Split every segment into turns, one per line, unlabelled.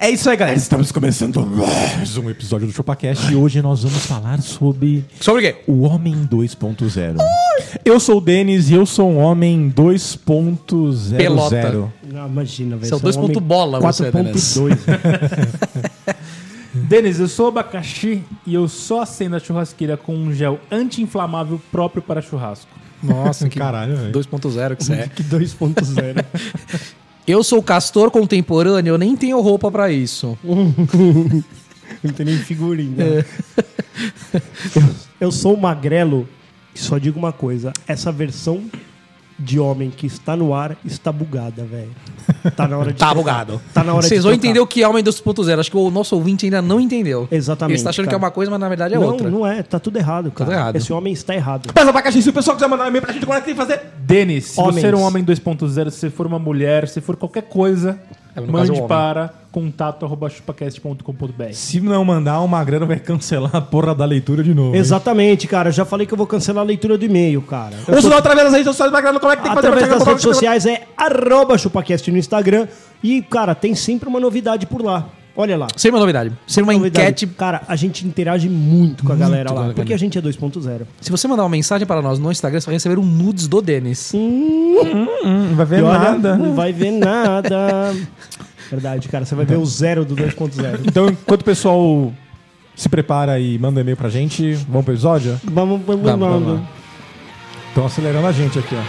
É isso aí, galera. Estamos começando mais um episódio do ChupaCast e hoje nós vamos falar sobre
Sobre o quê?
o Homem 2.0. Eu sou o Denis e eu sou um Homem 2.00.
Pelota.
Não, imagina, velho.
São
você é um
dois
homem
ponto bola, você,
4.2. velho.
Denis, eu sou abacaxi e eu só acendo a churrasqueira com um gel anti-inflamável próprio para churrasco.
Nossa, que caralho, velho.
2.0 que você é.
que 2.0.
Eu sou o castor contemporâneo, eu nem tenho roupa pra isso.
Não tem nem figurinha. né?
É.
Eu sou o magrelo e só digo uma coisa. Essa versão de homem que está no ar está bugada, velho. Tá na hora de
Tá
trocar.
bugado.
Tá na hora
Vocês
de
vão
trocar.
entender o que é o Homem 2.0. Acho que o nosso ouvinte ainda não entendeu.
Exatamente,
Ele está achando que é
cara.
uma coisa, mas na verdade é
Não,
outra.
não é. Tá tudo errado, cara.
errado.
Esse homem está errado.
Mas abacaxi, se o pessoal quiser mandar um e-mail pra gente,
é
agora o que tem que fazer?
Denis, se
Homens.
você é um homem 2.0, se você for uma mulher, se for qualquer coisa,
É, no caso,
mande
um homem.
para contato.chupacast.com.br.
Se não mandar, o Magrano vai cancelar a porra da leitura de novo. hein?
Exatamente, cara. Eu já falei que eu vou cancelar a leitura do e-mail, cara. Eu
Ou se não, através das redes sociais, Magrano, como é que tem que fazer pra
Através
chegar no
das redes sociais é arroba chupacast no Instagram. E, cara, tem sempre uma novidade por lá. Olha lá.
Sem uma novidade. Sem uma
Novidade.
enquete.
Cara, a gente interage muito com a galera lá.
galera.
Porque a gente é 2.0.
Se você mandar uma mensagem para nós no Instagram, você vai receber um nudes do Denis.
Não vai ver
E olha,
nada.
Não vai ver nada. Verdade, cara. Você vai ver o zero do 2.0.
Então, enquanto o pessoal se prepara e manda e-mail pra gente, vamos pro episódio?
Vamos, vamos,
Vamos,
vamos.
vamos lá.
Estão acelerando a gente aqui, ó.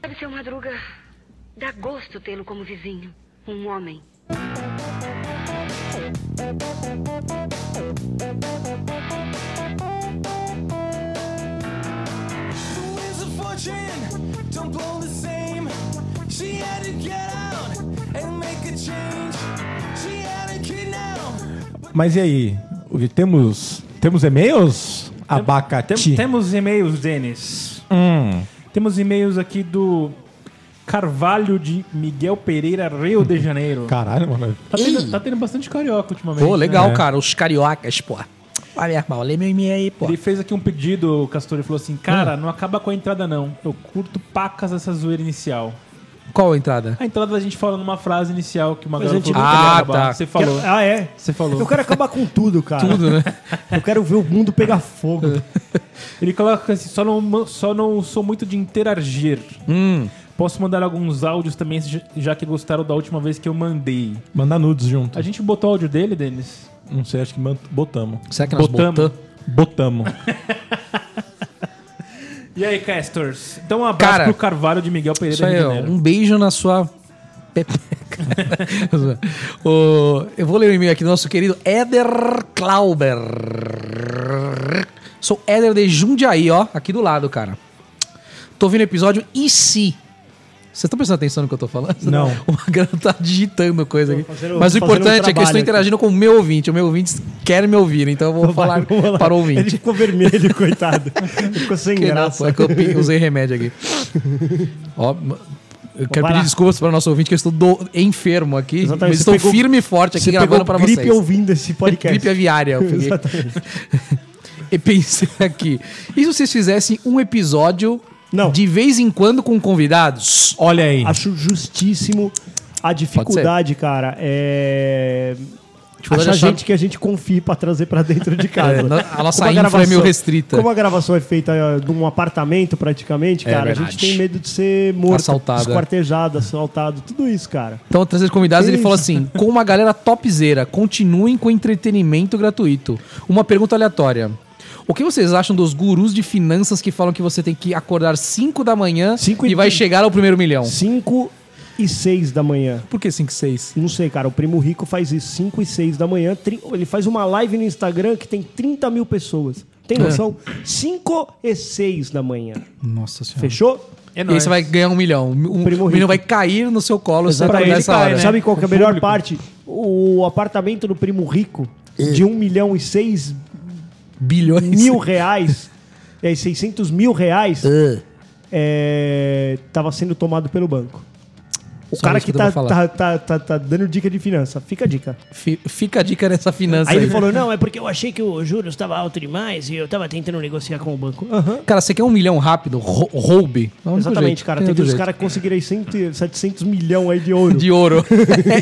Sabe, seu Madruga, dá gosto tê-lo como vizinho. Um homem.
Who is a fortune? Don't blow the same. She had to get out and make a change. She had a kid now.
Mas e aí? O que Temos, temos e-mails? Abacate.
Tem- temos e-mails, Denis.
Hum.
Temos e-mails aqui do Carvalho de Miguel Pereira, Rio de Janeiro.
Caralho, mano.
Tá tendo, tá tendo bastante carioca ultimamente. né?
Pô, legal,
É.
cara. Os cariocas, pô. Vai, meu irmão, lê meu e-mail aí, pô. Hum.
Ele fez aqui um pedido, o Castor, ele falou assim: Cara, não acaba com a entrada, não. Eu curto pacas essa zoeira inicial.
Qual a entrada?
A entrada da gente falando uma frase inicial que uma
Mas é
galera
a gente
falou.
não-
que
Ah,
ia acabar.
tá.
Você falou.
Ah, é?
Você falou.
Eu quero acabar com tudo, cara. Tudo, né? Eu quero ver o mundo pegar fogo.
Ele coloca assim, só não, ma- só não sou muito de interagir.
Hum.
Posso mandar alguns áudios também, já- já que gostaram da última vez que eu mandei.
Mandar nudes junto.
A gente botou áudio dele, Denis?
Não sei, acho que man- botamos.
Será que nós
Botamos.
botamos?
Botamos.
E aí, casters? Então um abraço
Cara,
pro Carvalho de Miguel Pereira
Isso aí,
de
ó,
Janeiro.
um beijo na sua pepeca. Ô, eu vou ler o e-mail aqui do nosso querido Éder Klauber. Sou Éder de Jundiaí, ó, aqui do lado, cara. Tô ouvindo o episódio e se. Vocês estão prestando atenção no que eu tô falando?
Não.
O Magrano tá digitando coisa aqui.
fazendo-
Mas o
fazendo um
importante é que eu
trabalho
estou
aqui.
interagindo com o meu ouvinte. O meu ouvinte quer me ouvir, então eu vou falar
Vamos lá.
para o ouvinte.
Ele ficou vermelho, coitado. Ele ficou sem
Que não,
graça.
pô, é que eu pi- usei remédio aqui. Ó, m- eu quero
vai
pedir
lá.
desculpas para o nosso ouvinte, que eu estou do- enfermo aqui.
Exatamente,
Mas
você
estou
pegou-
firme e forte aqui
Você
gravando
pegou
para
gripe
vocês.
ouvindo esse podcast.
Gripe aviária. Eu peguei. e pensei aqui. E se vocês fizessem um episódio
Não.
de vez em quando com convidados?
Olha aí.
Uhum.
Acho justíssimo a dificuldade, cara. É.
Pode
Achar
achar-
gente que a gente confie pra trazer pra dentro de casa.
É, no- a nossa
Como
infra é meio restrita.
Como a gravação é feita eh, de um apartamento, praticamente,
É
cara, a
verdade.
gente tem medo de ser morto,
Assaltado, é.
esquartejado, assaltado, tudo isso, cara.
Então, trazer convidados,
Que
ele
isso?
falou assim: com uma galera topzera, continuem com entretenimento gratuito. Uma pergunta aleatória. O que vocês acham dos gurus de finanças que falam que você tem que acordar 5 da manhã
Cinco
e
e
vai
trinta.
chegar ao primeiro milhão?
5 e 6 da manhã.
Por que 5, 6?
Não sei, cara. O Primo Rico faz isso 5 e 6 da manhã. tri- Ele faz uma live no Instagram que tem 30 mil pessoas.
É.
Tem noção? 5 e 6 da manhã.
Nossa senhora.
Fechou?
É
E aí você vai ganhar um milhão. Um,
Primo
o milhão
rico.
vai cair no seu colo
Pra
sempre
ele
nessa
cai,
hora.
né? Sabe qual que é a melhor parte? O apartamento do Primo Rico,
É.
de 1 milhão e 6
Bilhões.
mil reais, é, 600 mil reais,
Ah.
é, tava sendo tomado pelo banco. O
Só
cara
isso
que
que eu
tá,
vou falar.
tá, tá, tá, tá dando dica de finança. Fica a dica.
Fi- Fica a dica nessa finança
Aí
aí.
ele falou, não, é porque eu achei que o juros estava alto demais e eu estava tentando negociar com o banco. Aham.
Cara, você quer um milhão rápido? Rou- Roube. É o único
Exatamente,
jeito.
cara.
Tem
Tem
outro
os
jeito.
caras que conseguiram aí 100, 700 milhões aí de ouro.
De ouro.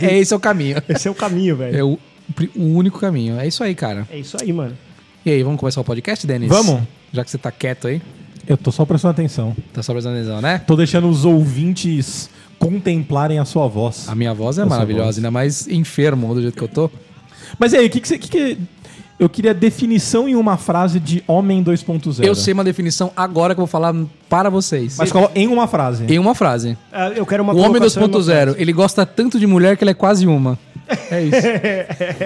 é, esse é o caminho.
Esse é o caminho, velho.
É o, o único caminho. É isso aí, cara.
É isso aí, mano.
E aí, vamos começar o podcast, Denis?
Vamos.
Já que você tá quieto aí,
Eu tô só prestando atenção.
tá só prestando atenção, né?
Tô deixando os ouvintes contemplarem a sua voz.
A minha voz é
Tá
Essa
maravilhosa,
voz.
ainda mais enfermo do jeito que eu tô.
Mas e aí, o que, que você. que que- Eu queria definição em uma frase de Homem 2.0.
Eu sei uma definição agora que eu vou falar para vocês.
Mas colo- em uma frase.
Em uma frase.
Ah, Eu quero uma
o homem
colocação e uma
2.0, ele gosta tanto de mulher que ele é quase uma. É isso.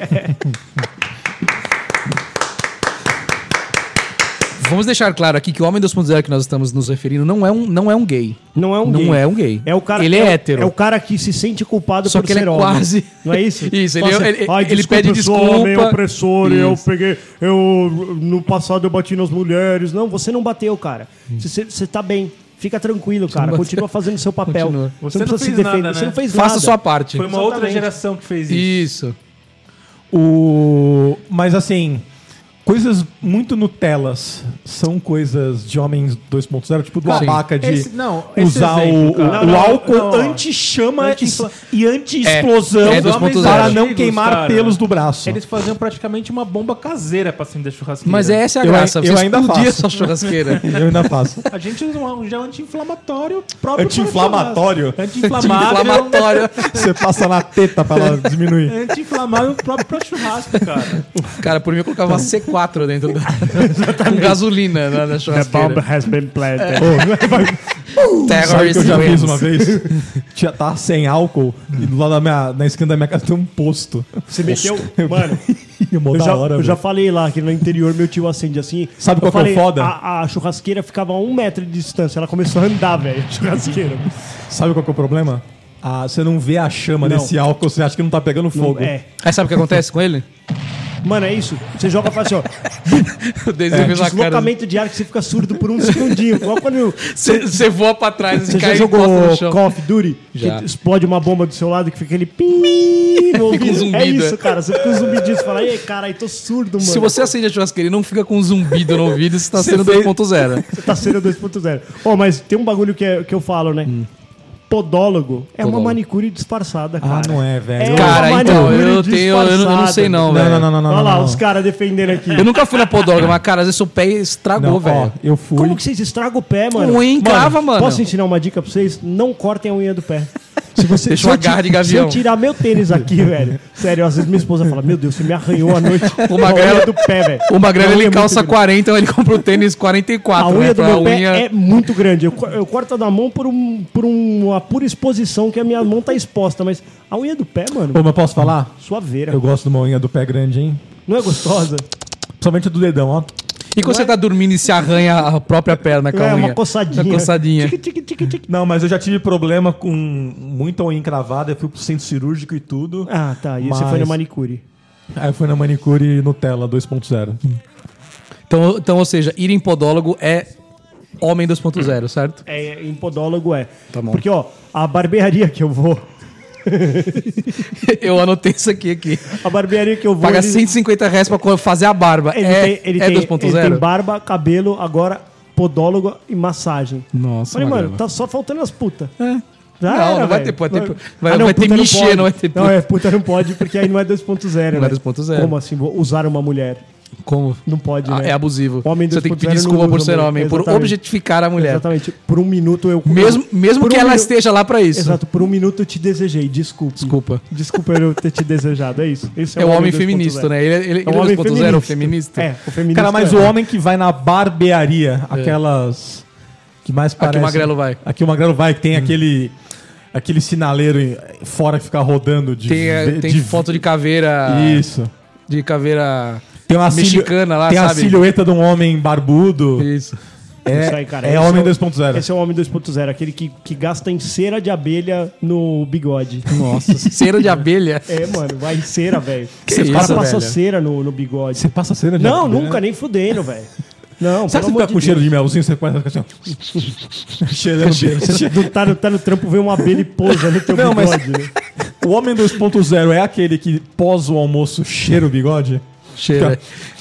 Vamos deixar claro aqui que o homem 2.0 que nós estamos nos referindo não é um, não é um gay.
Não é um
Não
gay.
é um gay.
É o cara,
Ele é,
o-
hétero.
É o cara que se sente culpado
Só
por
que ele
ser
é
homem.
quase-
Não é isso?
Isso, ele-
Fala
ele- ele pede
eu sou
desculpa."
homem opressor, eu
Isso.
peguei... Eu, no passado eu bati nas mulheres. Não, você não bateu, cara. Você, você tá bem. Fica tranquilo, cara.
bateu.
Continua fazendo seu papel.
Continua.
Você não
precisa
fez
se
nada,
defender.
né?
Você não fez
Faça
nada.
a sua parte.
Foi uma outra
Exatamente.
geração que fez isso.
Isso.
O... Mas assim, coisas muito Nutelas são coisas de homens 2.0, tipo do
Cara,
abaca de
esse- não, esse
usar
exemplo,
o,
cara.
o-
Não,
o
não,
álcool
não, ó.
anti-chama
Anti-
e anti-explosão
É, é 2.0.
para não
Antigos,
queimar
cara.
pelos do braço.
Eles faziam praticamente uma bomba caseira pra cima da churrasqueira.
Mas é essa é a
Eu
graça.
ai- eu ainda
explodir
faço.
essa churrasqueira.
Eu ainda faço.
A gente usa um gel anti-inflamatório próprio.
Anti-inflamatório?
para churrasco. Anti-inflamável.
Inflamatória.
Você passa na teta para ela diminuir.
É. Anti-inflamável próprio pra churrasco, cara.
Cara, por mim eu colocava uma C4 dentro da... com gasolina na, na
The
churrasqueira.
bomb has been planted.
É.
Sabe
Terrorist
é que eu já fiz
wins.
uma vez? Tinha, tava sem álcool e do lado da minha, na esquina da minha casa tem um posto.
Você meteu... Mano...
Mó
Eu
da
já,
hora,
eu
velho.
já falei lá que no interior meu tio acende assim.
Sabe qual que é o
falei,
foda?
A, a churrasqueira ficava a um metro de distância. Ela começou a andar, velho. a Churrasqueira.
Sabe qual que é o problema? Ah, você não vê a chama
Não.
desse álcool, você acha que não tá pegando fogo.
É.
Aí sabe o que acontece com ele?
Mano, é isso. Você joga e faz assim, ó.
O Desenho fez É. uma cara.
Deslocamento de ar que você fica surdo por um segundinho. Igual quando
Você voa pra trás
você
e
já
cai e
jogou
encosta no chão.
Call of Duty,
Já.
que explode uma bomba do seu lado que fica aquele pim no
Fica um
ouvido. É
zumbido, é.
isso, cara. Você fica um zumbidinho. Você fala, ei, caralho, tô surdo, mano.
Se você acende a churrasqueira e não fica com um zumbido no ouvido, você tá sendo 2.0.
Você tá sendo 2.0. Ó, mas tem um bagulho que, é- que eu falo, né? Podólogo é uma
Hum. Podólogo.
manicure disfarçada, cara.
Ah, não é, velho.
É
Cara,
uma
então,
manicure
eu, tenho, eu, não, eu não sei não, velho.
não,
Olha lá, os caras defendendo aqui.
Eu nunca fui na podóloga, mas cara, às vezes seu pé estragou,
Não, ó,
velho.
eu fui.
Como que vocês estragam o pé, mano?
Unha encrava, Um mano.
Posso ensinar uma dica pra vocês? Não cortem a unha do pé. Se você,
Deixa
se
uma
eu ti-
garra de gavião.
Se eu tirar meu tênis aqui, velho. Sério, às vezes minha esposa fala: Meu Deus, você me arranhou a noite.
O
com a
Magrelo-
unha do pé, velho.
O Magrelo
A
ele
unha é muito
calça
grande.
40, ele compra o tênis 44.
A
né?
unha do
Pra
meu pé
unha-
é muito grande. Eu, co- eu corto da mão por, um, por um- uma pura exposição, que a minha mão tá exposta. Mas a unha do pé, mano,
Ô, mas posso falar?
suaveira.
Eu gosto de uma unha do pé grande, hein?
Não é gostosa?
Principalmente do dedão, ó.
E quando você tá dormindo e se arranha a própria perna com a
é
unha?
uma coçadinha.
Uma coçadinha.
Tique, tique, tique, tique.
Não, mas eu já tive problema com muita unha encravada, eu fui pro centro cirúrgico e tudo.
Ah, tá. E você
Mas-
foi na manicure.
Aí eu fui na manicure Nutella 2.0.
Então, então, ou seja, ir em podólogo é homem 2.0, certo?
É, em podólogo é.
Tá bom.
Porque, ó, a barbearia que eu vou.
Eu anotei isso aqui. aqui.
A barbearia que eu vou.
Pagar
ele-
150 reais pra co- fazer a barba.
ele
é
tem, ele
é
tem, ele tem
2.0?
barba, cabelo, agora podólogo e massagem.
Nossa,
Falei,
Magrelo.
mano, tá só faltando as putas.
Não, não vai ter puta, vai ter- vai- vai ter
Ah, não
michê,
pode.
não vai ter
Não,
puta.
é, puta não pode, porque aí não é 2.0,
Não é
né?
2.0.
Como assim, vou usar uma mulher?
Como?
Não pode,
Ah,
né?
é abusivo.
Homem
Você tem que
2.0
pedir desculpa
não
por
usa
ser
mulher.
homem, por
né? Exatamente.
objetificar a mulher.
Exatamente. Por um minuto eu.
Mesmo, mesmo
Por
que
um
ela
minu-
esteja lá pra isso.
Exato, por um minuto eu te desejei, desculpe.
Desculpa.
Desculpa eu ter te desejado, é isso. Esse
É o homem
2.0.
feminista, né? Ele, ele, ele
É o homem
2.0 é o
feminista.
feminista.
É, o feminista.
Cara, mas
é.
o homem que vai na barbearia, aquelas que mais
Aqui
parece...
o Magrelo vai.
Aqui o É. Magrelo vai, Hum. que tem aquele... Aquele sinaleiro em- fora que fica rodando de...
Tem, eh,
de-
tem
é, de-
foto de caveira.
Isso.
De caveira.
Tem uma silhu-
Mexicana lá,
Tem a
sabe?
silhueta de um homem barbudo.
Isso.
É,
Isso aí, cara.
é
Esse
homem
o-
2.0.
Esse é o homem 2.0, aquele que, que gasta em cera de abelha no bigode.
Nossa, cera de abelha.
É, mano, vai em cera, velho.
Que
Esse
isso,
cara passa
velho?
cera no, no bigode.
Você passa cena de
é Não,
abelha,
nunca,
né?
nem fudendo, velho. Não,
Sabe que
pelo
você tá
amor
com
de
cheiro de melzinho? Você começa a ficar assim, ó. cheirando bem.
Deus. Tá no, tá no trampo, vê uma abelha e pousa no teu
Não, mas-
bigode. né?
O homem 2.0 é aquele que pós o almoço cheira o bigode?
né?
Cheira.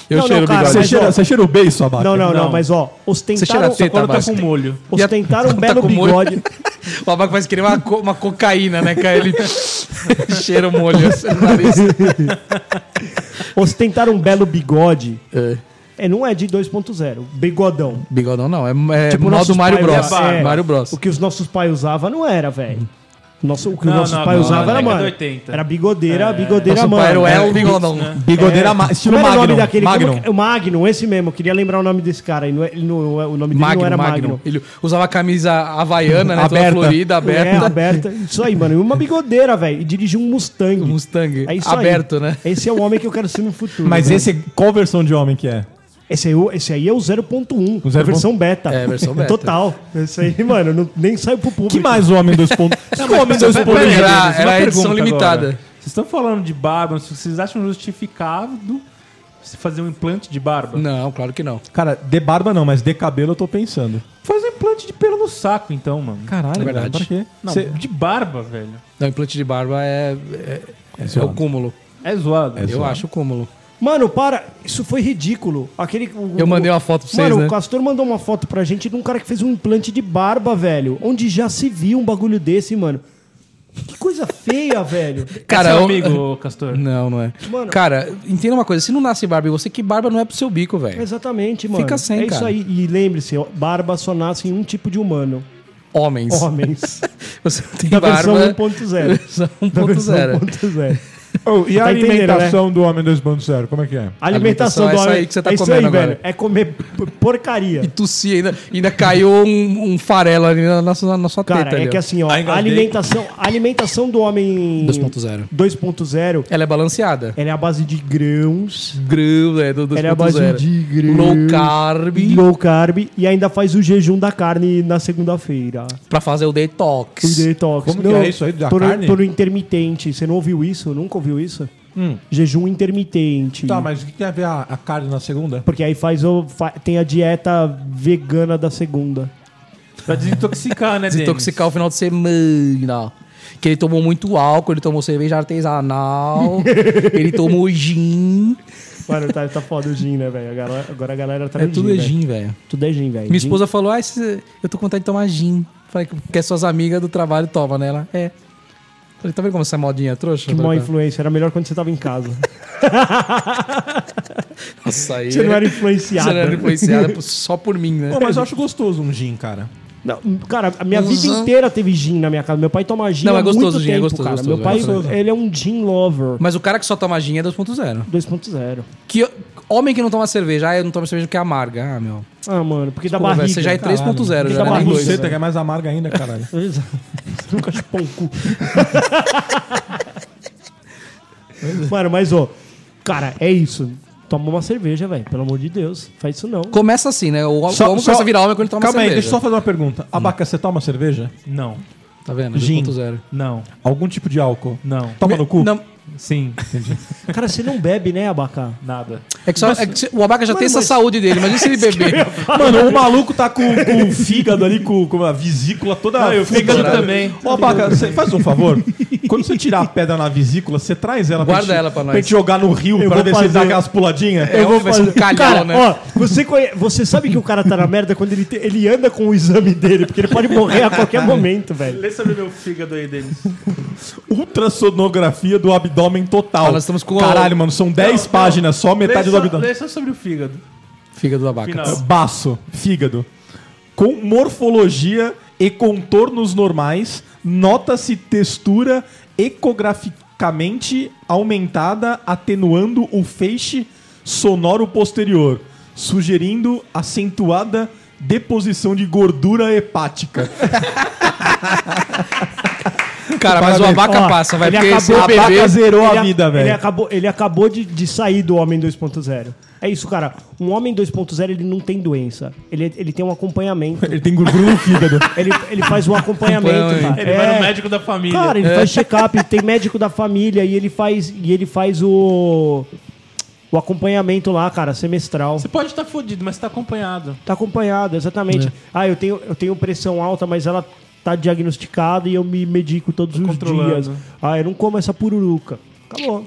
Eu
Não, não,
cheiro o
cara,
bigode.
Você
mas,
cheira,
ó,
você cheira o beijo, sua vaca?
Não, não, não,
Não.
mas ó, ostentaram,
cheira teta,
Quando tá
Tabasco.
com molho.
ostentaram um
Tá
belo
com molho.
bigode.
O abaco parece querer uma, co- uma cocaína, né, cara? Ele cheira o molho. assim, no nariz.
ostentaram um belo bigode.
É.
É, não é de 2.0, bigodão.
Bigodão não, é, é
Tipo,
modo
nossos
Mario
pais
Bros.
usavam- é,
Mario Bros.
O que os nossos pais usavam não era, velho. Nosso, o que
Não,
os nossos
não,
pais
não,
usavam
na
era,
década
mano.
de É. 80.
Era bigodeira, bigodeira,
Nosso
mano.
pai era o
Era-
El Bigodão.
Bigodeira, ma- estilo
Como era o
Magnum.
nome daquele? Como é
Magnum.
que- o Magnum, esse mesmo. Eu queria lembrar o nome desse cara. e não é- ele não- o nome dele
Magno,
não era
Magno.
Magnum.
Ele usava a camisa havaiana, né? Toda
Aberta.
florida,
É,
aberta.
aberta. Isso aí, mano. E uma bigodeira, velho. E dirigiu um Mustang.
Um Mustang.
É isso aí.
aberto, né?
Esse é o homem que eu quero ser no futuro.
Mas
velho.
esse, qual versão de homem que é?
Esse aí, o- esse aí é o 0.1.
O 0.1.
a versão beta.
É, a versão beta.
Total. Esse aí, mano, não- nem saiu pro público.
Que mais o homem 2.0? Que o homem
pera- pera-
2.0?
era-
Uma
era a edição
pergunta
limitada.
agora. Vocês estão falando de barba, mas vocês acham justificado você fazer um implante de barba?
Não, claro que não.
Cara, de barba não, mas de cabelo eu tô pensando.
Faz um implante de pelo no saco, então, mano.
Caralho,
É
velho,
verdade.
pra quê?
Não,
Cê-
de barba, velho.
Não, implante de barba é, é, é o cúmulo.
É zoado.
Eu acho o cúmulo.
Mano, para. Isso foi ridículo. Aquele, o-
Eu
o-
mandei uma foto pra vocês,
Mano,
né?
o Castor mandou uma foto pra gente de um cara que fez um implante de barba, velho. Onde já se viu um bagulho desse, mano. Que coisa feia, velho.
Cara,
eu-
é amigo, Castor.
Não, não é.
Mano-
Cara, entenda uma coisa. Se não nasce barba em você, que barba não é pro seu bico, velho.
Exatamente, mano.
Fica sem,
É isso
cara.
aí. E lembre-se, ó, barba só nasce em um tipo de humano.
Homens.
Homens.
Você tem
Da
barba...
versão 1.0.
Versão
Da versão
1.0.
1.0.
Oh, e a
Tá entendendo,
alimentação do homem 2.0, como é que é?
A Alimentação
Alimentação é
do
isso
homem.
aí que você tá
é isso
comendo
aí,
agora.
velho. É comer p- porcaria.
E tossi ainda. Ainda caiu um, um farelo ali na, na sua, na sua teta.
Cara,
ali,
é
ó.
que assim, ó,
Ah,
a
engasguei.
alimentação, a alimentação do homem
2.0.
2.0,
Ela é balanceada.
ela é a base de grãos,
Grilo, é do 2.0.
ela é a base de grãos,
Low carb.
low carb e ainda faz o jejum da carne na segunda-feira.
Pra fazer o detox.
O detox.
Como que é isso aí da
por,
carne?
Por intermitente. Você não ouviu isso? Nunca ouviu isso? Jejum intermitente.
Tá, mas o que tem a ver a, a carne na segunda?
Porque aí faz o, fa- tem a dieta vegana da segunda.
Pra desintoxicar, né,
Desintoxicar o final de semana. Que ele tomou muito álcool, ele tomou cerveja artesanal, ele tomou gin.
Mano, tá, tá foda o gin, né, velho? Agora, agora a galera tá
É
no
tudo é
velho.
gin, velho.
Tudo é gin, velho.
Minha
Gin-
esposa falou: Ah, esse- eu tô com vontade de tomar gin. Falei, porque suas amigas do trabalho tomam, né? Ela, é. Falei, tá vendo como essa modinha é trouxa?
Que
Falei,
má
"Tá."
influência, era melhor quando você tava em casa.
Nossa, aí.
Você não era influenciado.
Você não era influenciada por- só por mim, né?
Pô, mas eu acho gostoso um gin, cara.
Não, cara, a minha vida inteira teve gin na minha casa. Meu pai toma gin
Não,
há
é gostoso
muito
gin, é
tempo,
gostoso,
cara.
gostoso,
Meu pai,
é gostoso.
ele é um gin lover.
Mas o cara que só toma gin é 2.0.
2.0.
Que homem que não toma cerveja, ah, eu não tomo cerveja porque é amarga. Ah, meu.
Ah, mano, porque dá
Pô, velho,
barriga.
você já é 3.0,
Tem
já
da
não é nem
barriga.
dois.
Buceta, que é mais amarga ainda, caralho.
Você nunca chupou um cu. mano, mas, ó... Cara, é isso. Toma uma cerveja, velho. Pelo amor de Deus. Faz isso não.
Começa assim, né? O, o homem começa a virar homem quando ele toma
Calma
cerveja. Hum.
aí, deixa eu só fazer uma pergunta. Abaca, você toma cerveja?
Não,
Tá vendo?
Gin.
2.0.
não,
Algum tipo de álcool?
não.
Toma no cu?
Não,
Sim,
Cara, você não bebe, né, Abacá?
nada.
é que, só, é que se- o abaca já tem essa saúde dele, mas e se ele beber? É
Mano, o maluco tá com, com o fígado ali, com, com a vesícula toda.
Não, e o fígado
fudida.
também.
Ô, Abaca, você faz um favor. Quando você tirar a pedra na vesícula, você traz ela
Guarda
gente,
ela pra nós.
gente jogar no rio
Eu
pra
vou
ver se
fazer-
dá aquelas puladinhas.
É, vamos ver se um calhau,
cara,
né?
ó, você, conhe- você sabe que o cara tá na merda quando ele, te- ele anda com o exame dele, porque ele pode morrer a qualquer momento, velho.
Lê sobre meu fígado aí, Denis.
Ultrassonografia do abdômen total.
Ah, nós estamos com-
Caralho, mano, são 10
não.
páginas só, metade do
lê só-
abdômen.
Lê só sobre o fígado.
Fígado do abaca.
Final.
Ah, Baço, fígado. Com morfologia e contornos normais, nota-se textura ecograficamente aumentada, atenuando o feixe sonoro posterior, sugerindo acentuada deposição de gordura hepática.
Cara, mas o abaca
Ó,
passa, vai.
ele
Porque
acabou-
esse
a
vaca
bebê...
zerou
ele
a
a-
vida,
Ele
velho.
acabou, ele acabou de, de sair do Homem 2.0. É isso, cara. Um Homem 2.0, ele não tem doença. Ele, ele tem um acompanhamento.
Ele tem gordura no fígado.
Ele, ele faz um acompanhamento, cara.
Ele
É.
vai no médico da família. É.
Cara, ele faz check-up, tem médico da família e ele faz, e ele faz o, o acompanhamento lá, cara, semestral.
Você pode estar fodido, mas tá acompanhado.
Tá acompanhado, exatamente.
É.
Ah, eu tenho, eu tenho pressão alta, mas ela tá diagnosticada e eu me medico todos os
Tá controlando.
dias. Ah, eu não como essa pururuca. Acabou.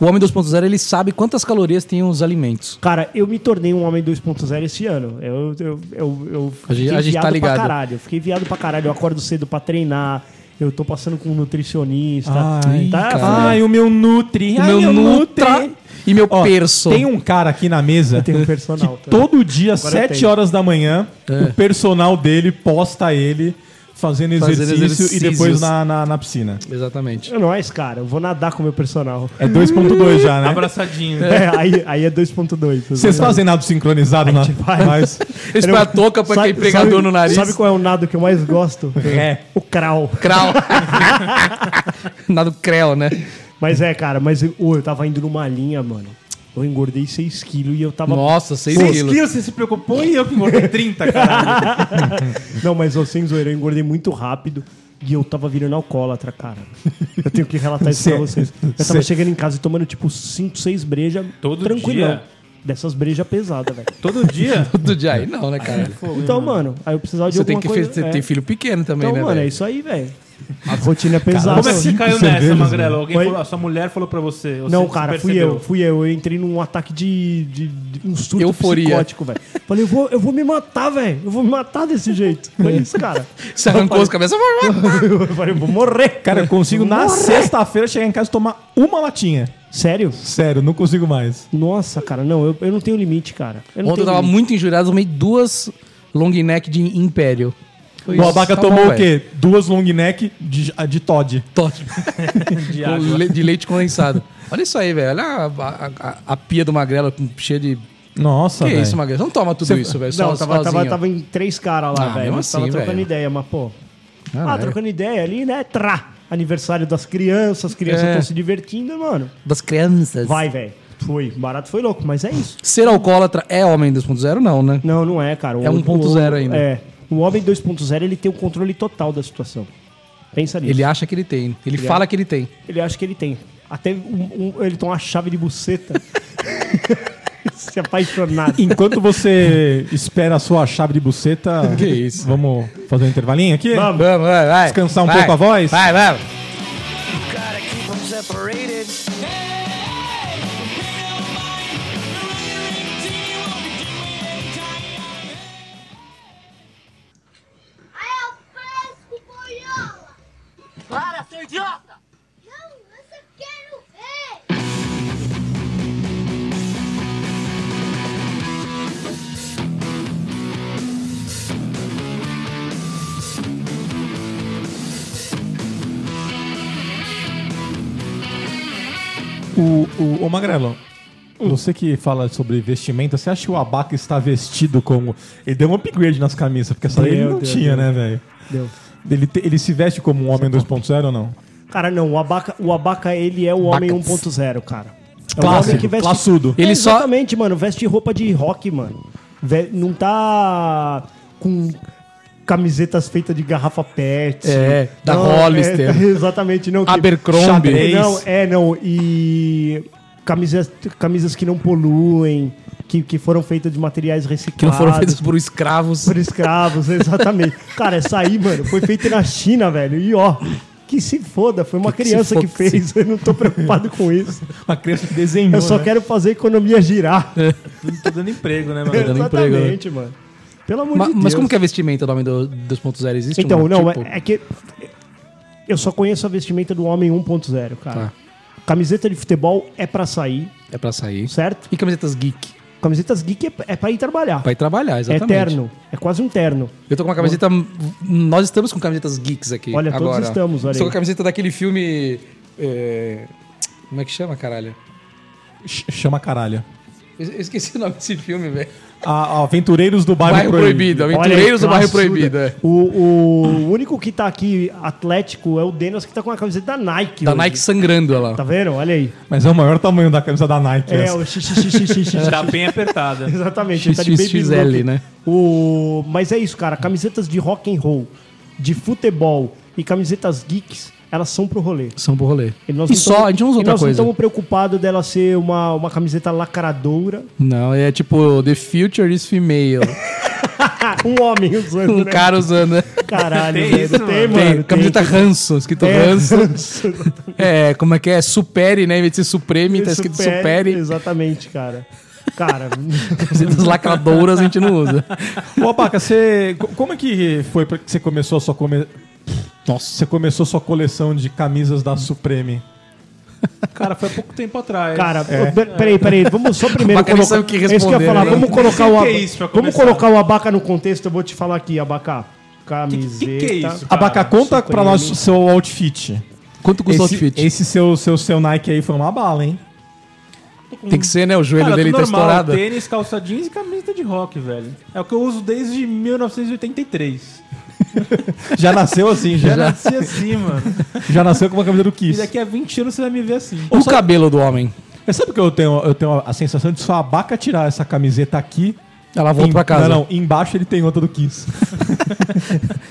O homem 2.0, ele sabe quantas calorias tem os alimentos.
Cara, eu me tornei um homem 2.0 esse ano. Eu, eu, eu, eu
A gente- a gente tá ligado.
pra caralho. Eu fiquei viado pra caralho. Eu acordo cedo pra treinar. Eu tô passando com um nutricionista.
Ai,
tá,
cara.
Ai, o meu Nutri.
O
Ai,
meu Nutra e meu
Ó,
Perso.
Tem um cara aqui na mesa
Tem um personal.
que
tá?
todo dia,
Agora eu
7
tenho.
horas da manhã,
É.
o personal dele posta ele fazendo
Fazendo
exercício
exercícios.
e depois na, na, na piscina.
Exatamente.
É nóis, cara. Eu vou nadar com o meu personal.
É 2.2 já, né?
Abraçadinho.
É, aí, aí é 2.2.
Vocês fazem nado sincronizado na...
faz.
Mas...
Eles põem a touca "Ah, pra
um Sabe-
ter empregador
sabe-
no nariz.
Sabe qual é o nado que eu mais gosto?
É.
O crawl.
Crau. Nada do creu, né?
Mas é, cara, mas eu, ô, eu tava indo numa linha, mano. Eu engordei 6 quilos e eu tava.
Nossa, 6
6
quilos.
quilos você se preocupou e eu que engordei 30, cara.
Não, mas ô, sem zoeira, eu engordei muito rápido. E eu tava virando alcoólatra, cara. Eu tenho que relatar isso
Cê-
pra vocês. Eu tava
cê-
chegando em casa e tomando tipo 5, 6 brejas.
Todo
tranquilão.
dia?
Dessas brejas pesadas, velho.
Todo dia.
Do Jai. Não, né, cara?
Então, mano, aí eu precisava de
Você tem
alguma
que
coisa.
você
é.
tem filho pequeno também,
Então,
né?
mano, é
velho?
isso aí, velho. A rotina é pesada.
Como é que você
Cinco
caiu nessa,
cervejas, né?
Magrelo? Alguém
Oi?
falou, a sua mulher falou pra você. ou
Não,
você
cara, fui
percebeu?
eu, fui eu. Eu entrei num ataque de, de, de um surto
Euforia.
psicótico, velho. Falei, eu vou, eu vou me matar, velho. Eu vou me matar desse jeito. Foi isso, cara.
Você arrancou as cabeças.
Eu falei, eu vou morrer.
Cara, eu
né?
consigo na sexta-feira chegar em casa e tomar uma latinha.
Sério?
Sério, não consigo mais.
Nossa, cara, não, eu, eu não tenho limite, cara. Eu não
Ontem eu
tenho
tava
limite.
muito injurado, tomei duas long neck de Império. Foi
o
isso.
Abaca
Tá
tomou
bom,
o quê? Duas long neck de, de Todd.
Todd.
De
Com
água.
le- de leite condensado. Olha isso aí, velho. Olha a, a- a- a pia do Magrelo com- cheia de.
Tá
Nossa,
que
velho.
isso, Magrelo? Você não toma tudo isso, velho.
Não,
Só,
tava, tava,
sozinho.
tava em três caras lá,
Ah,
velho.
mesmo
Eu tava
assim,
trocando
velho. é.
ideia, mas, pô. Ah,
Caralho.
trocando ideia ali, né? Trá! Aniversário das crianças, as crianças
É.
estão se divertindo, mano.
Das crianças.
Vai, velho. Foi. Barato foi louco, mas é isso.
Ser alcoólatra é homem 2.0, não, né?
Não, não é, cara. O-
É 1.0
o-
ainda.
É. O homem 2.0, ele tem o controle total da situação. Pensa nisso.
Ele acha que ele tem. Ele fala que ele tem.
Ele acha que ele tem. Até um- um- ele toma uma chave de buceta. Se apaixonado.
Enquanto você espera a sua chave de buceta,
Que isso.
vamos fazer um intervalinho aqui?
Vamos.
Vamos, vai, vai.
Descansar um
Vai.
pouco a voz?
Vai, vai.
Gotta keep them separated.
Aí eu fresco, boiola!
Para, seu idiota!
Não, eu só quero ver!
O, o, ô, Magrelo, você que fala sobre vestimenta, você acha que o Abaca está vestido como. Ele deu um upgrade nas camisas, porque essa daí ele
Deu,
não
deu,
tinha,
deu.
né, velho?
Deu.
Ele, te- ele se veste como um homem 2.0 ou não?
Cara, não. O abaca, o abaca ele é o homem
Abacas.
1.0, cara. É o
Clássico,
homem que veste...
classudo.
É,
Ele só-
exatamente, mano. Veste roupa de rock, mano. Ve- Não tá com camisetas feitas de garrafa pet.
É, da
Não,
Hollister.
é, exatamente. Não, que-
Abercrombie.
Xadrez.
Não, é, não. E camisas, camisas que não poluem, que, que foram feitas de materiais reciclados.
Que não foram feitos por escravos.
por escravos, exatamente. Cara, essa aí, mano, foi feita na China, velho. E ó, Que se foda, foi uma
Que que se
criança que,
fo-
fez. Eu não tô preocupado com isso.
Uma criança que desenhou.
Eu só
né?
quero fazer a economia girar.
É,
Tô dando emprego, né, mano?
dando emprego, né?
Exatamente, mano. Pelo amor
Ma-
de Deus.
mas como que é vestimenta do Homem do 2.0? Existe
Então,
uma?
não,
Tipo,
é, é que eu só conheço a vestimenta do homem 1.0, cara.
Tá.
Camiseta de futebol é pra sair,
é pra sair.
certo?
E camisetas geek?
Camisetas geek é, é pra ir trabalhar.
Pra ir trabalhar,
é
exatamente.
terno. É quase um terno.
Eu tô com uma camiseta. Nós estamos com camisetas geeks aqui.
Olha, todos
agora.
estamos, olha
Estou com a
aí.
camiseta daquele filme. é, Como é que chama, caralho?
Ch- Chama caralho.
Eu eu esqueci o nome desse filme, velho.
A, a Aventureiros do Bairro,
Bairro Proibido.
Proibido.
Aventureiros do
Olha aí,
Bairro
classuda.
Proibido. é.
O, o único que tá aqui atlético é o Denis, que tá com a camiseta da Nike.
Da
hoje.
Nike sangrando, olha lá.
Tá vendo? Olha aí.
Mas é o maior tamanho da camisa da Nike.
É,
essa.
o xixi, xixi, xixi, xixi.
Tá bem apertada.
Exatamente, ele tá de baby
XXXL,
look.
né?
O... Mas é isso, cara. Camisetas de rock and roll, de futebol e camisetas geeks, elas são pro rolê.
São pro rolê. E,
nós não
só,
tamo-
a gente não usa
e
outra
nós
coisa.
não estamos preocupados dela ser uma, uma camiseta lacradora.
Não, é tipo, The Future is Female.
Ah, um homem usando,
um
né?
cara usando. né?
Caralho,
Tem
velho,
isso,
tem,
mano?
mano.
Tem, camiseta Hanson, escrito
É,
Hanson. É, como é que é? Supere, né? Em vez de ser Supreme, tá escrito Supere.
Exatamente, cara. Cara,
Camisetas lacradoras a gente não usa.
Ô, Abaca, você. co- Como é que foi pra que você começou a sua. Come... Nossa, você começou sua coleção de camisas da Supreme.
Cara, foi há pouco tempo atrás.
cara, ô, per- peraí, peraí, vamos só primeiro
Abaca nem sabe o que
É isso que eu
responder,
ia falar,
né?
vamos colocar o
É. O que
abaca.
que é isso pra
vamos
começar?
colocar o abaca no contexto, eu vou te falar aqui, abaca. Camiseta.
que é isso? Cara,
Abaca, conta pra nós
Supreme.
seu outfit.
Quanto custa o
esse,
outfit?
Esse seu, seu, seu Nike aí foi uma bala, hein?
Tem que ser, né? O joelho
Cara,
dele
tudo
tá
normal,
estourado.
Tênis, calça jeans e camiseta de rock, velho. É o que eu uso desde 1983.
Já nasceu assim, já.
Já
Já,
nasci assim, mano.
nasceu com uma camisa do
E
Kiss.
daqui a 20 anos você vai me ver assim.
O cabelo do homem.
Mas sabe que eu tenho, eu tenho a sensação de só a Abaca tirar essa camiseta aqui.
Ela volta
em-
pra casa.
Não, não, embaixo ele tem outra do Kiss.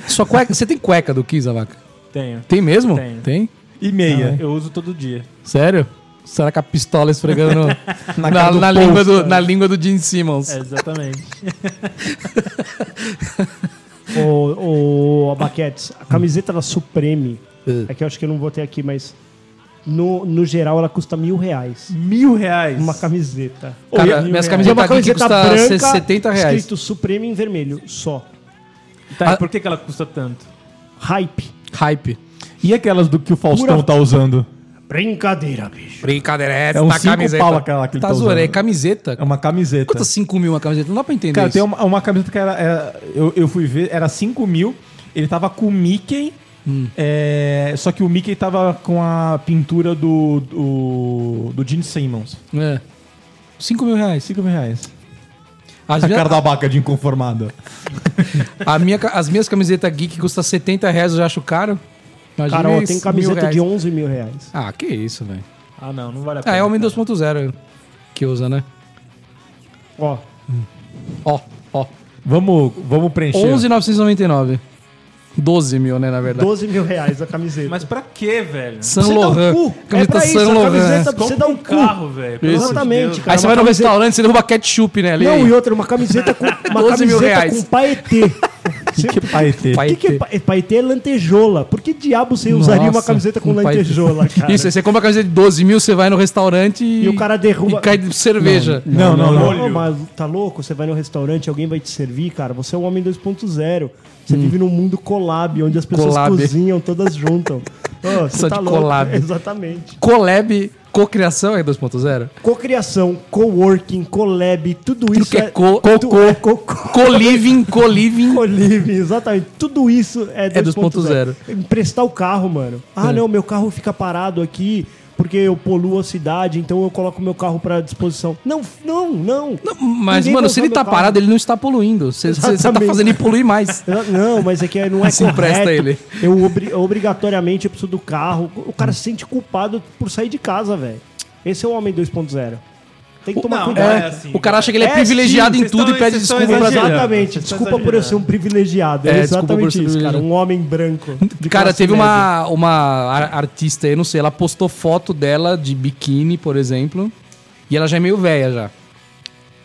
Sua cueca. Você tem cueca do Kiss, Vaca?
Tenho.
Tem mesmo?
Tenho.
Tem?
E meia.
Eu uso todo dia.
Sério? Será que a pistola esfregando no- na,
cara do
na
Paul,
língua do, na língua do Gene Simmons?
É, exatamente.
Ô, ô Abaquetes,
Hum.
a camiseta da Supreme, é que eu acho que eu não vou ter aqui, mas no, no geral ela custa mil reais.
Mil reais.
Uma camiseta.
Cara,
Mil
minhas
reais.
camisetas
E é uma
aqui
camiseta
custa
branca,
70 reais.
Escrito Supreme em vermelho, só.
Tá, e
Ah.
por que, que ela custa tanto?
Hype.
Hype.
E aquelas do que o Faustão
Pura-
tá usando?
Brincadeira, bicho.
Brincadeira,
É uns cinco pau aquela que ele
tá
tá
zoando,
usando.
é camiseta?
É uma camiseta.
Quanto 5 mil uma camiseta? Não dá pra entender
Cara,
isso.
tem uma, uma camiseta que era. era- eu, eu fui ver, era 5 mil. Ele tava com o Mickey. é, só que o Mickey tava com a pintura do. do, do Gene Simmons.
É. 5 mil reais.
5 mil reais.
As,
A
minha-
cara da vaca de inconformada.
a minha ca- as minhas camisetas geek custam 70 reais, eu já acho caro. Imagina
Cara, ó,
isso,
tem
mil
camiseta
reais.
de 11 mil reais.
Ah, que isso, velho.
Ah, não, não vale a pena.
Ah, é o homem
cara.
2.0 que usa, né?
Ó,
Ó, ó.
Vamos, vamos preencher.
11,999. 12 mil, né, na verdade.
12 mil reais a camiseta.
Mas pra quê, velho?
San
Você dá o
Lohan.
cu. É
Camiseta
pra isso,
San
a
Lohan.
camiseta-
Compra
você dá um
um
cu.
carro, velho. pelo amor de
Exatamente,
Deus,
cara.
é. Aí você vai no
uma camiseta-
restaurante, você derruba ketchup, né? Ali.
Não, e outra, uma camiseta com, uma
12 mil
camiseta
reais.
com paetê.
Que que paetê.
Paetê.
O que, que é pa- é paetê? É lantejola. Por que diabo você usaria uma
Nossa,
camiseta com
um pai-
lantejola, cara?
Isso, é aí você compra a camiseta de 12 mil, você vai no restaurante e,
E o cara derruba-
e cai de cerveja.
Não, não, não.
Não, mas tá louco? Você vai no restaurante, alguém vai te servir, cara. Você é um homem 2.0. Você vive num mundo collab, onde as pessoas
Hum. Collab.
cozinham, todas juntam. Ô, você tá
Só de collab.
Exatamente.
Collab, cocriação é 2.0?
Cocriação, coworking, collab, tudo isso
que é co-
tu-
cocô.
é cocô.
Coliving, coliving.
Coliving, exatamente. Tudo isso é 2.0.
2.0.
Emprestar o carro, mano.
É.
Ah, não, meu carro fica parado aqui porque eu poluo a cidade, então eu coloco meu carro pra disposição. Não, não, não.
Mas,
Ninguém vai
mano, se
usar
ele
meu
tá
carro.
parado, ele não está poluindo. Você você- você tá
Exatamente.
fazendo ele poluir mais.
Eu- Não, mas é que não é
Se empresta
correto.
ele.
Eu obri- obrigatoriamente eu preciso do carro. O cara se sente culpado por sair de casa, velho. Esse é o homem 2.0. Tem que tomar
Não,
cuidado.
não é assim.
O cara acha que ele é,
É,
privilegiado
sim,
em
vocês
tudo e
tão-
pede
vocês tão
desculpa pra
exagerando.
Exatamente.
Vocês estão
Desculpa por eu ser um privilegiado. É,
É, desculpa por
exatamente
ser
isso, cara.
privilegiado.
Um homem branco. de
Cara,
classe
teve
média.
uma, uma ar- artista aí, não sei, ela postou foto dela de biquíni, por exemplo, e ela já é meio velha já.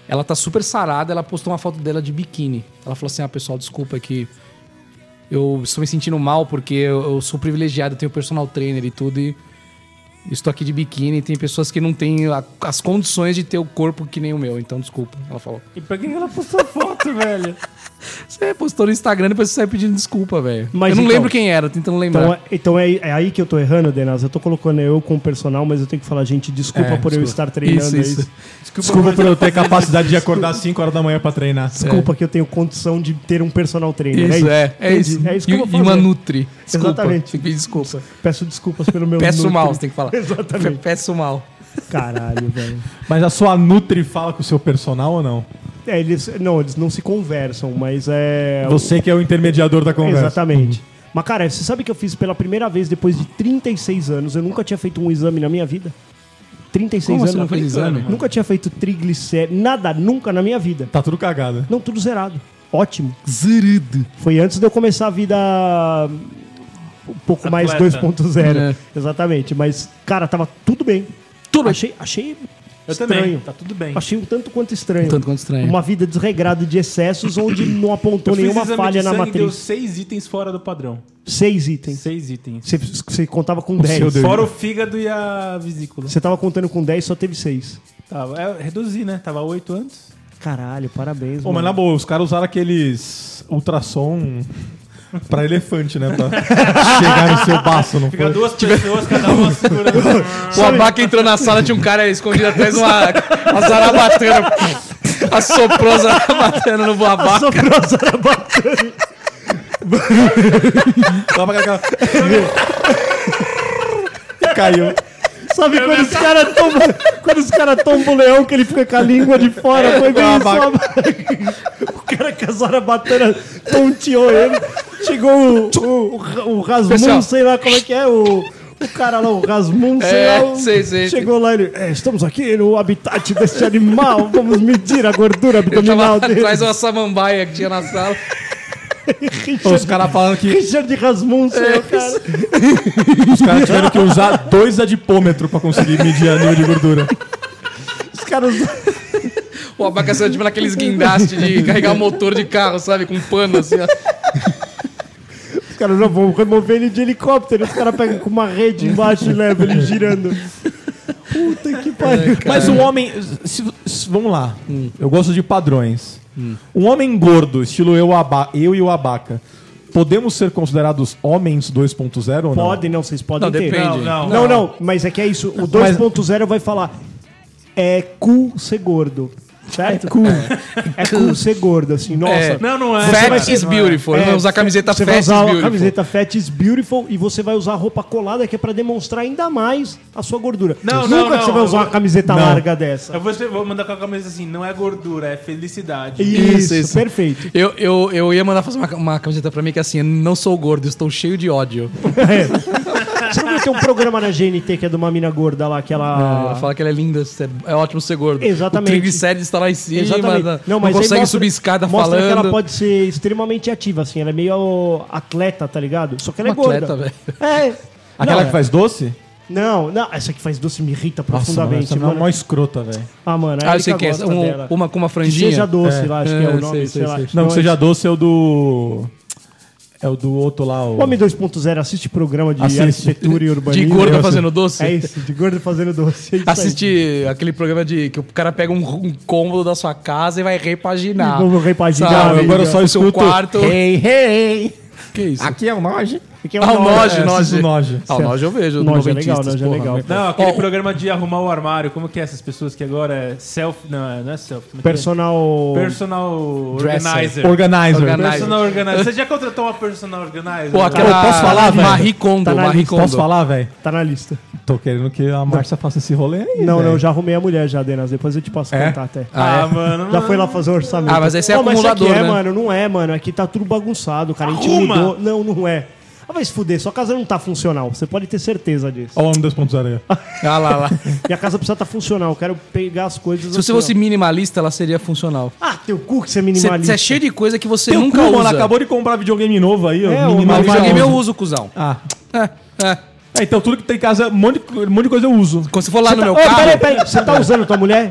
Ela tá super sarada, ela postou uma foto dela de biquíni. Ela falou assim: ah, pessoal, desculpa que é eu estou me sentindo mal porque eu, eu sou privilegiado, eu tenho personal trainer e tudo, e estou aqui de biquíni, e tem pessoas que não têm a- as condições de ter o corpo que nem o meu, então desculpa. Ela falou.
E pra que ela postou foto, velho?
Você postou no Instagram e depois você sai pedindo desculpa, velho. Eu não
Mas então-
lembro quem era, tô tentando lembrar.
Então, é, então é, é aí que eu tô errando, Denaz. Eu tô colocando eu com o personal, mas eu tenho que falar, gente, desculpa por eu estar treinando
É, Isso,
isso.
isso.
Desculpa
é
por eu ter capacidade de acordar às 5 horas da manhã pra treinar.
Desculpa que eu tenho condição de ter um personal trainer.
É. Isso, é. É
Entendi.
isso.
É isso
e,
que eu vou
e
fazer.
uma Nutri. Desculpa.
Exatamente.
Tem que pedir desculpa.
Peço desculpas pelo meu
Peço
nutri-
mal, você tem que falar.
Exatamente.
Peço mal.
Caralho, velho.
Mas a sua Nutri fala com o seu personal ou não?
É, eles, não, eles não se conversam, mas é...
Você que é o intermediador da conversa.
Exatamente. Mas, cara, você sabe que eu fiz pela primeira vez depois de 36 anos? Eu nunca tinha feito um exame na minha vida. 36
Como
anos.
você não fez exame?
Nunca tinha feito triglicéridos, nada, nunca na minha vida.
Tá tudo cagado.
Não, tudo zerado. Ótimo.
Zerido.
Foi antes de eu começar a vida um pouco mais
Atleta.
2.0.
É.
Exatamente. Mas, cara, tava tudo bem.
Tudo bem.
Achei, achei
Eu
estranho.
também. Tá tudo bem.
Achei um tanto quanto estranho.
Um tanto quanto estranho.
Uma vida desregrada de excessos onde não apontou
Eu fiz
nenhuma
exame
falha
de
na
sangue, Deu
matriz.
seis itens fora do padrão.
Seis itens.
Seis itens.
Você, você contava com
seu
10.
Deus.
Fora o fígado e a vesícula.
Você tava contando com 10 só teve 6.
Tava, é, reduzi, né? Tava oito antes.
Caralho, parabéns.
Pô, mas na boa, os caras usaram aqueles ultrassom pra elefante, né? Pra chegar no seu baço, não
Fica
foi?
duas pessoas, cada uma segurando.
O abaca entrou na sala, tinha um cara escondido atrás de uma, uma zarabatana. Assoprou a zarabatana no abaca.
Tava com aquela... Caiu.
Sabe quando os caras tombam quando os caras tombam o leão que ele fica com a língua de fora? Foi bem
uma
isso. uma- o cara com a zarabatana tonteou ele. Chegou o, o, o, o Rasmun,
Pessoal.
sei lá como é que é, o... O cara lá, o Rasmun, sei
É,
lá, o-
sei, sei,
chegou lá ele, "É, estamos aqui no habitat deste animal, vamos medir a gordura
Eu tava
abdominal dele.
atrás de uma samambaia que tinha na sala.
Os caras falando que
Richard Rasmussen, é, o cara.
os caras tiveram que usar dois adipômetros pra conseguir medir a nível de gordura.
Os caras
O abaca saiu tipo naqueles guindastes de carregar motor de carro, sabe? Com pano assim, ó.
Os caras não vão remover ele de helicóptero. Os caras pegam com uma rede embaixo e levam ele girando. Puta que pariu.
Mas um homem. se- se- vamos lá. Eu gosto de padrões. Um homem gordo, estilo eu, aba, eu e o abaca, podemos ser considerados homens 2.0 ou não?
Podem, não, vocês podem
Não,
ter.
depende.
Não, não, não, mas é que é isso. O 2.0 vai falar. É cool ser gordo. Certo? É cool. É cool ser gordo, assim. Nossa.
É.
Não, não é.
Fat
vai- É,
is beautiful. Ele vai usar a camiseta
você
Fat
vai
is
usar a
beautiful.
camiseta Fat is Beautiful e você vai usar a roupa colada que é pra demonstrar ainda mais a sua gordura.
Não,
Nunca
não,
que
não,
você vai
eu
usar
vou-
uma camiseta larga dessa.
Eu vou, escrever- vou mandar com a camisa assim, não é gordura, é felicidade.
Isso, perfeito.
Eu, eu, eu ia mandar fazer uma, uma camiseta pra mim que é assim, eu não sou gordo, estou cheio de ódio.
Você não viu que tem um programa na GNT que é de uma mina gorda lá, que
Ela
ela.
fala que ela é linda, é ótimo ser gordo.
Ah. Exatamente.
O triglicérides está lá em cima, ela não,
aí
consegue
mostra-
subir escada
mostra
falando.
que ela pode ser extremamente ativa, assim. Ela é meio atleta, tá ligado? Só que ela é
Uma
gorda.
atleta, velho.
É.
Aquela
não,
que faz doce?
Não, não, essa que faz doce me irrita
Nossa,
Tá
mano,
tipo,
profundamente.
essa é
mano.
mó escrota, velho.
Ah, mano, a
Ah, eu
Erika
sei que é
gosta
um-
dela.
uma com uma
Que
franjinha.
seja doce lá, acho que é
É,
o nome,
sei,
sei,
sei,
lá.
sei.
Não, que
é
seja doce é o do. É o do outro lá. O...
O Homem 2.0 assiste programa de
Assiste.
arquitetura e urbanismo.
De gorda fazendo doce?
É isso, de gordo fazendo doce. É isso aí.
Assiste aquele programa de que o cara pega um, um cômodo da sua casa e vai repaginar.
Vou repaginar,
Sabe?
amiga.
Agora eu só
Seu
escuto.
quarto.
Hey, hey!
Que isso?
Aqui é o Noge.
Porque é
Ah, o
uma-
Noge,
é,
Noge.
assisto Noge.
Ah, o Noge eu vejo.
Noge é legal,
noventistas,
Noge é
porra.
legal.
Não, aquele
Ó,
programa de arrumar o armário, como que é essas pessoas que agora é self. Não, não é self. como é que é?
Personal.
Personal É
Organizer.
organizer.
Organizer.
Personal organizer. Você já contratou uma personal organizer?
Pô, aquela...
Ô, posso falar, velho?
Marie Kondo,
Tá na
Marie
lista,
Kondo.
Posso falar, velho?
Tá na lista.
Tô querendo que a Márcia faça esse rolê aí.
Não,
velho.
É.
não, já arrumei a mulher já, Denas. Depois eu te posso
É?
contar até.
Ah, mano.
Já foi lá fazer o orçamento.
Ah, mas esse é
não,
acumulador,
aqui é,
né?
mano, não é, mano. Aqui tá tudo bagunçado, cara. A gente
Arruma!
mudou. Não, não é. Ah, vai se fuder, sua casa não tá funcional. Você pode ter certeza disso.
Olha o Homem 2.0 aí.
Ah, lá, lá. Se
E a casa precisa estar funcional. Eu quero pegar as coisas.
você
assim, ó.
fosse minimalista, ela seria funcional.
Ah, teu cu que você é
Você
minimalista.
você é cheio de coisa que você
Teu
nunca
cu,
usa.
Mano, um acabou de comprar videogame novo aí, ó.
É, o
minimalista.
Videogame eu uso, cuzão.
Ah.
É, é.
É, então tudo que tem em casa, um monte, de- um monte de coisa eu uso.
Quando você for lá no
Tá-
meu
Ô,
carro...
peraí, peraí. Você tá usando tua mulher?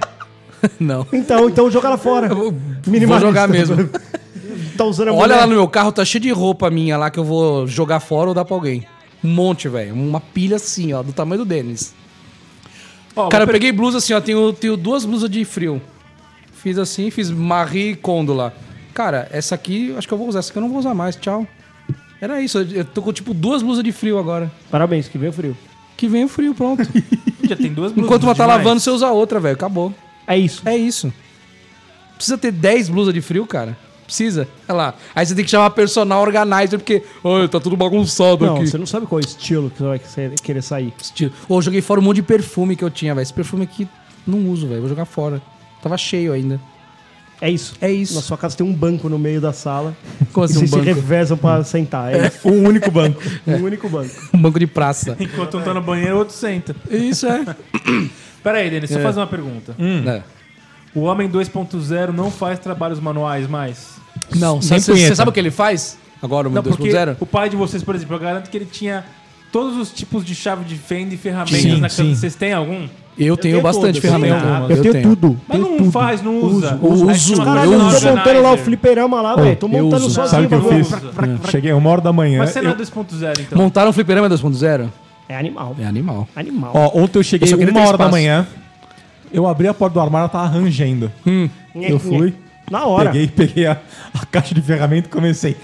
Não.
Então, então joga ela fora.
Eu vou-
Minimalista.
Vou jogar mesmo.
Tá usando a
Olha
mulher.
lá no meu carro, tá cheio de roupa minha lá que eu vou jogar fora ou dar pra alguém. Um monte, velho. Uma pilha assim, ó, do tamanho do Denis.
Ó,
Cara, eu
vou per-
peguei blusa assim, ó. Tenho, tenho duas blusas de frio. Fiz assim, fiz Marie Kondo lá. Cara, essa aqui, acho que eu vou usar. Essa aqui eu não vou usar mais, tchau. Era isso. eu- Eu tô com, tipo, duas blusas de frio agora.
Parabéns, que veio frio.
Que vem o frio, pronto.
já tem duas blusas
Enquanto uma tá
demais.
lavando, você usa outra, velho. Acabou.
É isso.
É isso. Precisa ter 10 blusas de frio, cara? Precisa. Olha lá. Aí você tem que chamar personal organizer, porque. Olha, tá tudo bagunçado
Não,
aqui.
você não sabe qual é o estilo que você vai querer- querer sair.
Estilo. Ô, eu joguei fora um monte de perfume que eu tinha, velho. Esse perfume aqui não uso, velho. Vou jogar fora. Tava cheio ainda.
É isso.
É isso.
Na sua casa tem um banco no meio da sala.
Como
e
assim, um
vocês se
banco?
revezam pra sentar. É isso.
Um único banco.
Um único banco.
Um banco de praça.
Enquanto um tá no banheiro, o outro senta.
Isso é.
Pera aí, Denis, deixa eu fazer uma pergunta.
É.
O Homem 2.0 não faz trabalhos manuais mais?
Não, sabe, você,
punheta.
você sabe o que ele faz? Agora, o
Não, porque
2.0?
o pai de vocês, por exemplo, eu garanto que ele tinha todos os tipos de chave de fenda e ferramentas
Sim,
na
sim.
casa. Vocês têm algum?
Eu tenho
tenho
bastante
todas,
ferramenta.
eu tenho algumas,
Eu, tenho, tudo.
Mas
tenho
não
tudo.
faz, não usa.
uso,
Aí chama
uso,
Caralho,
Personal
eu tô
Organizer.
montando lá o fliperama lá, velho. Tô montando
uso.
sozinho.
Sabe o que eu
pra-
fiz? Cheguei uma hora da manhã.
Mas você não é 2.0, então.
Montaram um fliperama 2.0?
É animal.
É animal.
Animal.
Ó, ontem eu cheguei
Eu só queria
uma
ter
hora da
espaço.
manhã. Eu abri a porta do armário, ela tava rangendo. Eu fui,
Na hora.
peguei, peguei a, a caixa de ferramenta e comecei.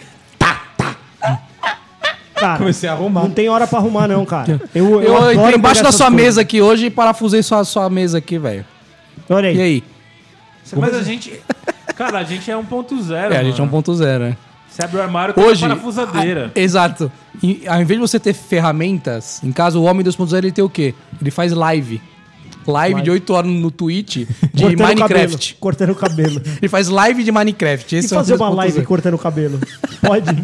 Cara,
Comecei a arrumar.
Não tem hora pra arrumar, não, cara. Eu, eu,
Eu,
adoro
entrei
pegar
embaixo da
essas
sua
coisas.
mesa aqui hoje e parafusei sua, sua mesa aqui, velho.
Olha aí.
E aí?
Mas a gente... Cara, a gente é 1.0,
assim? É, a gente é
mano.
1.0, né?
Você abre o armário com
Hoje.
uma parafusadeira.
a- exato. E, ao invés de você ter ferramentas, em casa, o Homem 2.0 ele tem o quê? Ele faz live. Live, de 8 horas no Twitch de
Cortando o
Minecraft.
cabelo, Cortando o cabelo.
Ele faz live de Minecraft.
E
Esse é o
fazer uma live
2.0.
cortando o cabelo? Pode?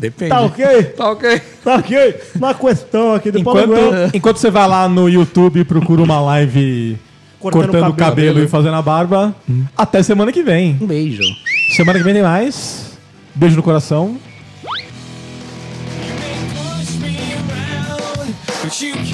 Depende.
tá ok?
Tá ok.
Tá ok? Uma questão aqui do Paulo
Enquanto,
Noel.
enquanto você vai lá no YouTube e procura uma live
Cortando
cortando,
o
o
cabelo.
cabelo, e fazendo a barba, até semana que vem.
Um beijo.
Semana que vem tem mais. Beijo no coração.
You may push me around, but you can't.